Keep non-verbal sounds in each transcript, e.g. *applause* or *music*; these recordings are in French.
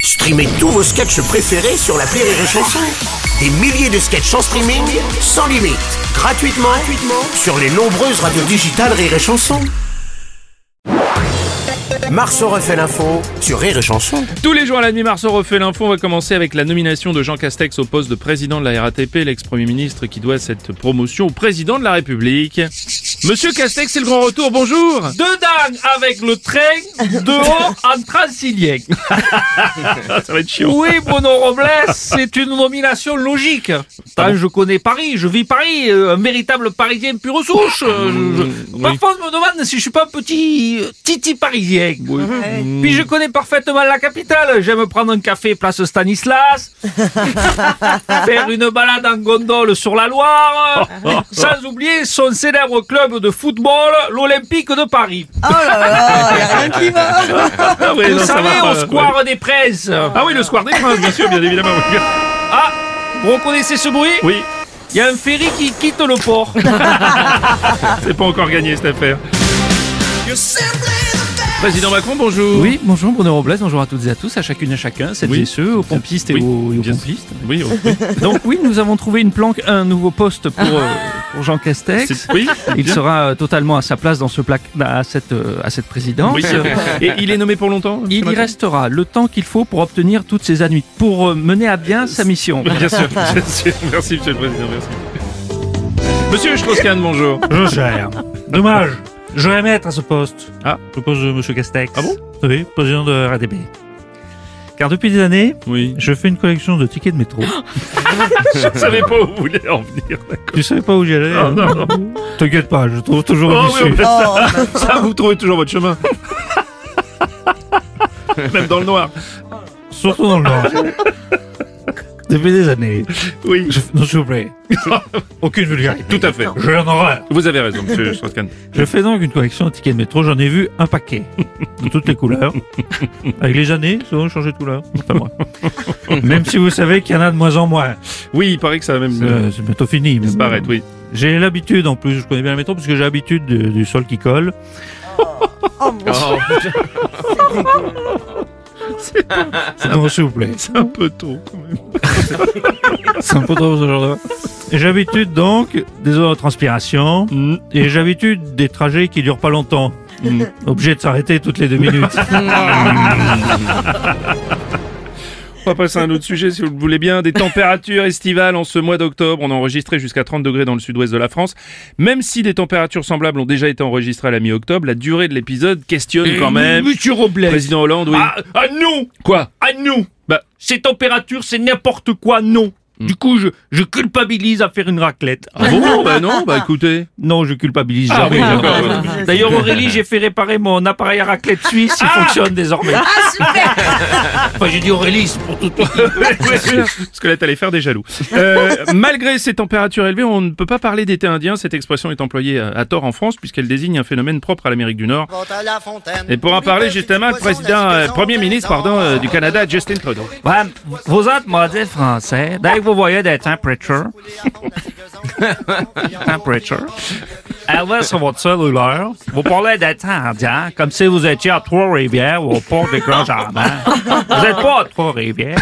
Streamez tous vos sketchs préférés sur la Rire et Chanson. Des milliers de sketchs en streaming, sans limite, gratuitement, gratuitement sur les nombreuses radios digitales Rire et Chanson. Marceau refait l'info sur Rire et Chanson. Tous les jours à la nuit, Marceau refait l'info. On va commencer avec la nomination de Jean Castex au poste de président de la RATP, l'ex-premier ministre qui doit cette promotion au président de la République. Monsieur Castex, c'est le grand retour, bonjour Deux dingues avec le train, dehors en Transilien. Ça va être chiant. Oui, Bruno Robles, c'est une nomination logique. Ah Tant je connais Paris, je vis Paris, euh, un véritable Parisien pur aux souches. Euh, je- oui. Parfois, on me demande si je suis pas un petit euh, titi parisien. Mm. Puis je connais parfaitement la capitale. J'aime prendre un café *laughs* place Stanislas, faire une balade en gondole sur la Loire, euh, Ah. sans oublier son célèbre club de football, l'Olympique de Paris. Oh là là, y a rien qui va. Ah oui, non, Vous ça savez, va au pas, square des Princes. ouais. Ah oui, le Square des Princes, bien sûr, bien évidemment. oui. *laughs* Ah, vous reconnaissez ce bruit Oui, Il y a un ferry qui quitte le port. *laughs* c'est pas encore gagné cette affaire. Président Macron, bonjour Oui, bonjour Bruno Robles, bonjour à toutes et à tous, à chacune et à chacun, celles Oui. et ceux, aux pompistes et Oui, aux, et aux bien sûr. pompistes. Oui, oui. Donc oui, nous avons trouvé une planque, un nouveau poste pour, euh, pour Jean Castex. C'est- oui, Il bien. sera euh, totalement à sa place dans ce plaque à cette euh, à cette présidence. Oui. Euh, Et il est nommé pour longtemps monsieur Il y Macron restera le temps qu'il faut pour obtenir toutes ses années, pour euh, mener à bien sa mission. Bien sûr, bien sûr. Merci, *laughs* monsieur le président, merci. Monsieur Strauss-Kahn, bonjour. Je gère. Dommage. J'aurais mettre à ce poste. Ah. Le poste de M. Castex. Ah bon Oui, président de RATP. Car depuis des années, Oui. je fais une collection de tickets de métro. Ah. Je ne savais pas où vous voulez en venir. d'accord. tu savais pas où j'allais Ah, non, non. T'inquiète pas, je trouve toujours Oh, une oui, on issue. peut- Oh. *laughs* Ça, vous trouvez toujours votre chemin. Même dans le noir. Surtout dans le *laughs* Nord. depuis des années. Oui. Je... Non, s'il vous *laughs* plaît. Aucune vulgarité. Tout à fait. J'ai un horreur. Vous avez raison, monsieur Strauss-Kahn. Je fais donc une collection de tickets de métro. J'en ai vu un paquet. De toutes les *laughs* couleurs. Avec les années, souvent changé de couleur. Enfin, moi. Même si vous savez qu'il y en a de moins en moins. Oui, il paraît que ça va même euh, Euh, C'est bientôt fini. mais disparaître, oui. J'ai l'habitude en plus, je connais bien le métro parce que j'ai l'habitude de- du sol qui colle. Oh, mon Dieu. Non, s'il vous plaît. *laughs* C'est un peu tôt, quand même. C'est un peu trop ce genre de. Et J'ai l'habitude donc des heures de transpiration Hmm. et j'ai l'habitude des trajets qui durent pas longtemps. Obligé de s'arrêter toutes les deux *laughs* minutes. On va passer à un autre sujet, si vous le voulez bien. Des températures estivales en ce mois d'octobre. On a enregistré jusqu'à 30 degrés dans le sud-ouest de la France. Même si des températures semblables ont déjà été enregistrées à la mi-octobre, la durée de l'épisode questionne quand même. Monsieur Robles. Président Hollande, oui. Ah, ah non Quoi Ah non Bah. Ces températures, c'est n'importe quoi, non Du coup, je, je culpabilise à faire une raclette. Hmm. Ah *laughs* bon Bah non, bah écoutez. non, je culpabilise Ah oui, jamais. d'accord. ouais. D'ailleurs, Aurélie, j'ai fait réparer mon appareil à raclette suisse, il fonctionne désormais. Ah, super. *laughs* Enfin, j'ai dit Aurélie, c'est pour tout. Parce que là, t'allais faire des jaloux. *laughs* Euh, malgré ces températures élevées, on ne peut pas parler d'été indien. Cette expression est employée à, à tort en France puisqu'elle désigne un phénomène propre à l'Amérique du Nord. Et pour en parler, justement, le président, euh, premier ministre, pardon, euh, du Canada, Justin Trudeau. Ouais, vous êtes modèle français, dès que vous voyez des temperatures, temperatures, allez sur votre cellulaire, vous parlez des temps indiens, comme si vous étiez à Trois-Rivières ou au port des *laughs* Grands Jardins. Vous n'êtes pas à Trois-Rivières.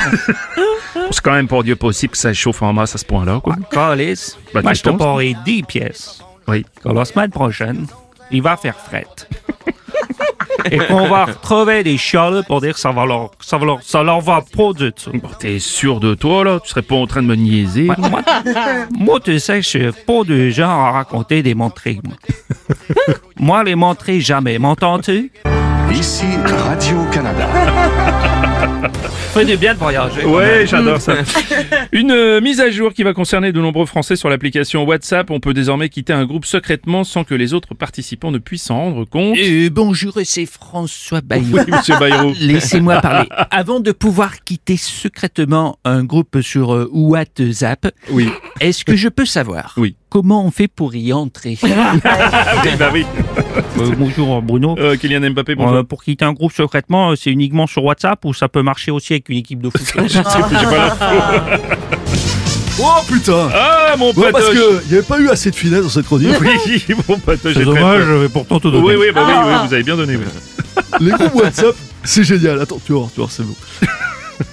C'est quand même pour Dieu possible que ça chauffe en masse à ce point-là, quoi. Calice, Bah, moi tu je te penses parie 10 pièces Oui. que la semaine prochaine, il va faire *laughs* fret. Et qu'on va retrouver des chiales pour dire que ça va leur, ça va leur, ça leur va pas du tout. Bon, t'es sûr de toi, là Tu serais pas en train de me niaiser Ouais, moi, moi, tu sais, je suis pas du genre à raconter des montries. *laughs* Moi, Moi, les montries, jamais. M'entends-tu? Ici Radio-Canada. *laughs* Fais du bien de voyager. Oh. Ouais, j'adore *laughs* ça. Une euh, mise à jour qui va concerner de nombreux Français sur l'application WhatsApp. On peut désormais quitter un groupe secrètement sans que les autres participants ne puissent s'en rendre compte. Euh, bonjour, c'est François Bayrou. *laughs* Oui, monsieur Bayrou. *laughs* Laissez-moi parler. Avant de pouvoir quitter secrètement un groupe sur euh, WhatsApp, Oui. est-ce que je peux savoir Oui. comment on fait pour y entrer Ah oui, bah oui. *laughs* Euh, bonjour, Bruno. Euh, Kylian Mbappé, bonjour. Euh, pour quitter un groupe secrètement, euh, c'est uniquement sur WhatsApp ou ça peut marcher aussi avec une *laughs* équipe de foot Oh putain Ah, mon Ouais, parce patoche. qu'il n'y avait pas eu assez de finesse dans cette chronique. *laughs* Oui, mon patoche. C'est est très dommage, fort. mais pourtant tout Oui, donné. oui, bah oui, oui, vous avez bien donné. oui. Les groupes WhatsApp, c'est génial. Attends, tu vas voir, tu vas voir, c'est bon. *laughs*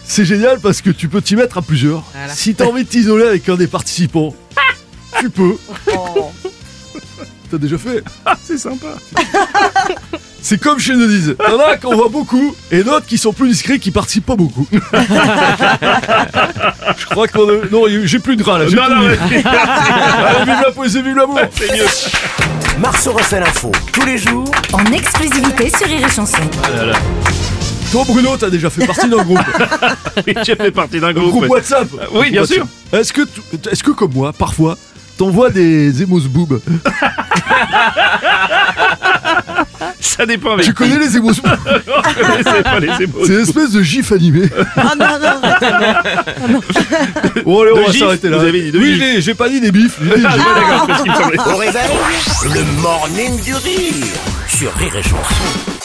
C'est génial parce que tu peux t'y mettre à plusieurs. Voilà. Si t'as envie de t'isoler avec un *laughs* des participants, tu peux. Oh. T'as *laughs* déjà fait. Ah, C'est sympa. *laughs* C'est comme chez Denise. Y'en a qu'on voit beaucoup et d'autres qui sont plus discrets qui participent *laughs* pas beaucoup. Je crois qu'on a... Non, j'ai plus de gras là. j'ai Non, tout non, dit. mais- *laughs* Allez, vive la poésie, vive l'amour Marceau refait l'info tous les jours En exclusivité sur Rire et Chanson. Toi Bruno, t'as déjà fait partie d'un *laughs* groupe. Oui, j'ai fait partie d'un Un groupe. groupe WhatsApp. Oui, bien sûr. Est-ce que, tu- est-ce que comme moi, parfois, t'envoies des émos boobs Ça dépend avec Tu connais les émos *laughs* boobs qui, *laughs* c'est pas les émotions. C'est une espèce de gif *laughs* animé. Ah non, non, non. Bon allez, Oh, on De va gif, s'arrêter là. vous avez dit de oui, gif. j'ai- j'ai pas dit des bifs. j'ai dit *laughs* des Ah, gifs. ouais, d'accord, c'est ce qui me semblait. au réveil. Le morning du rire sur Rire et Chanson.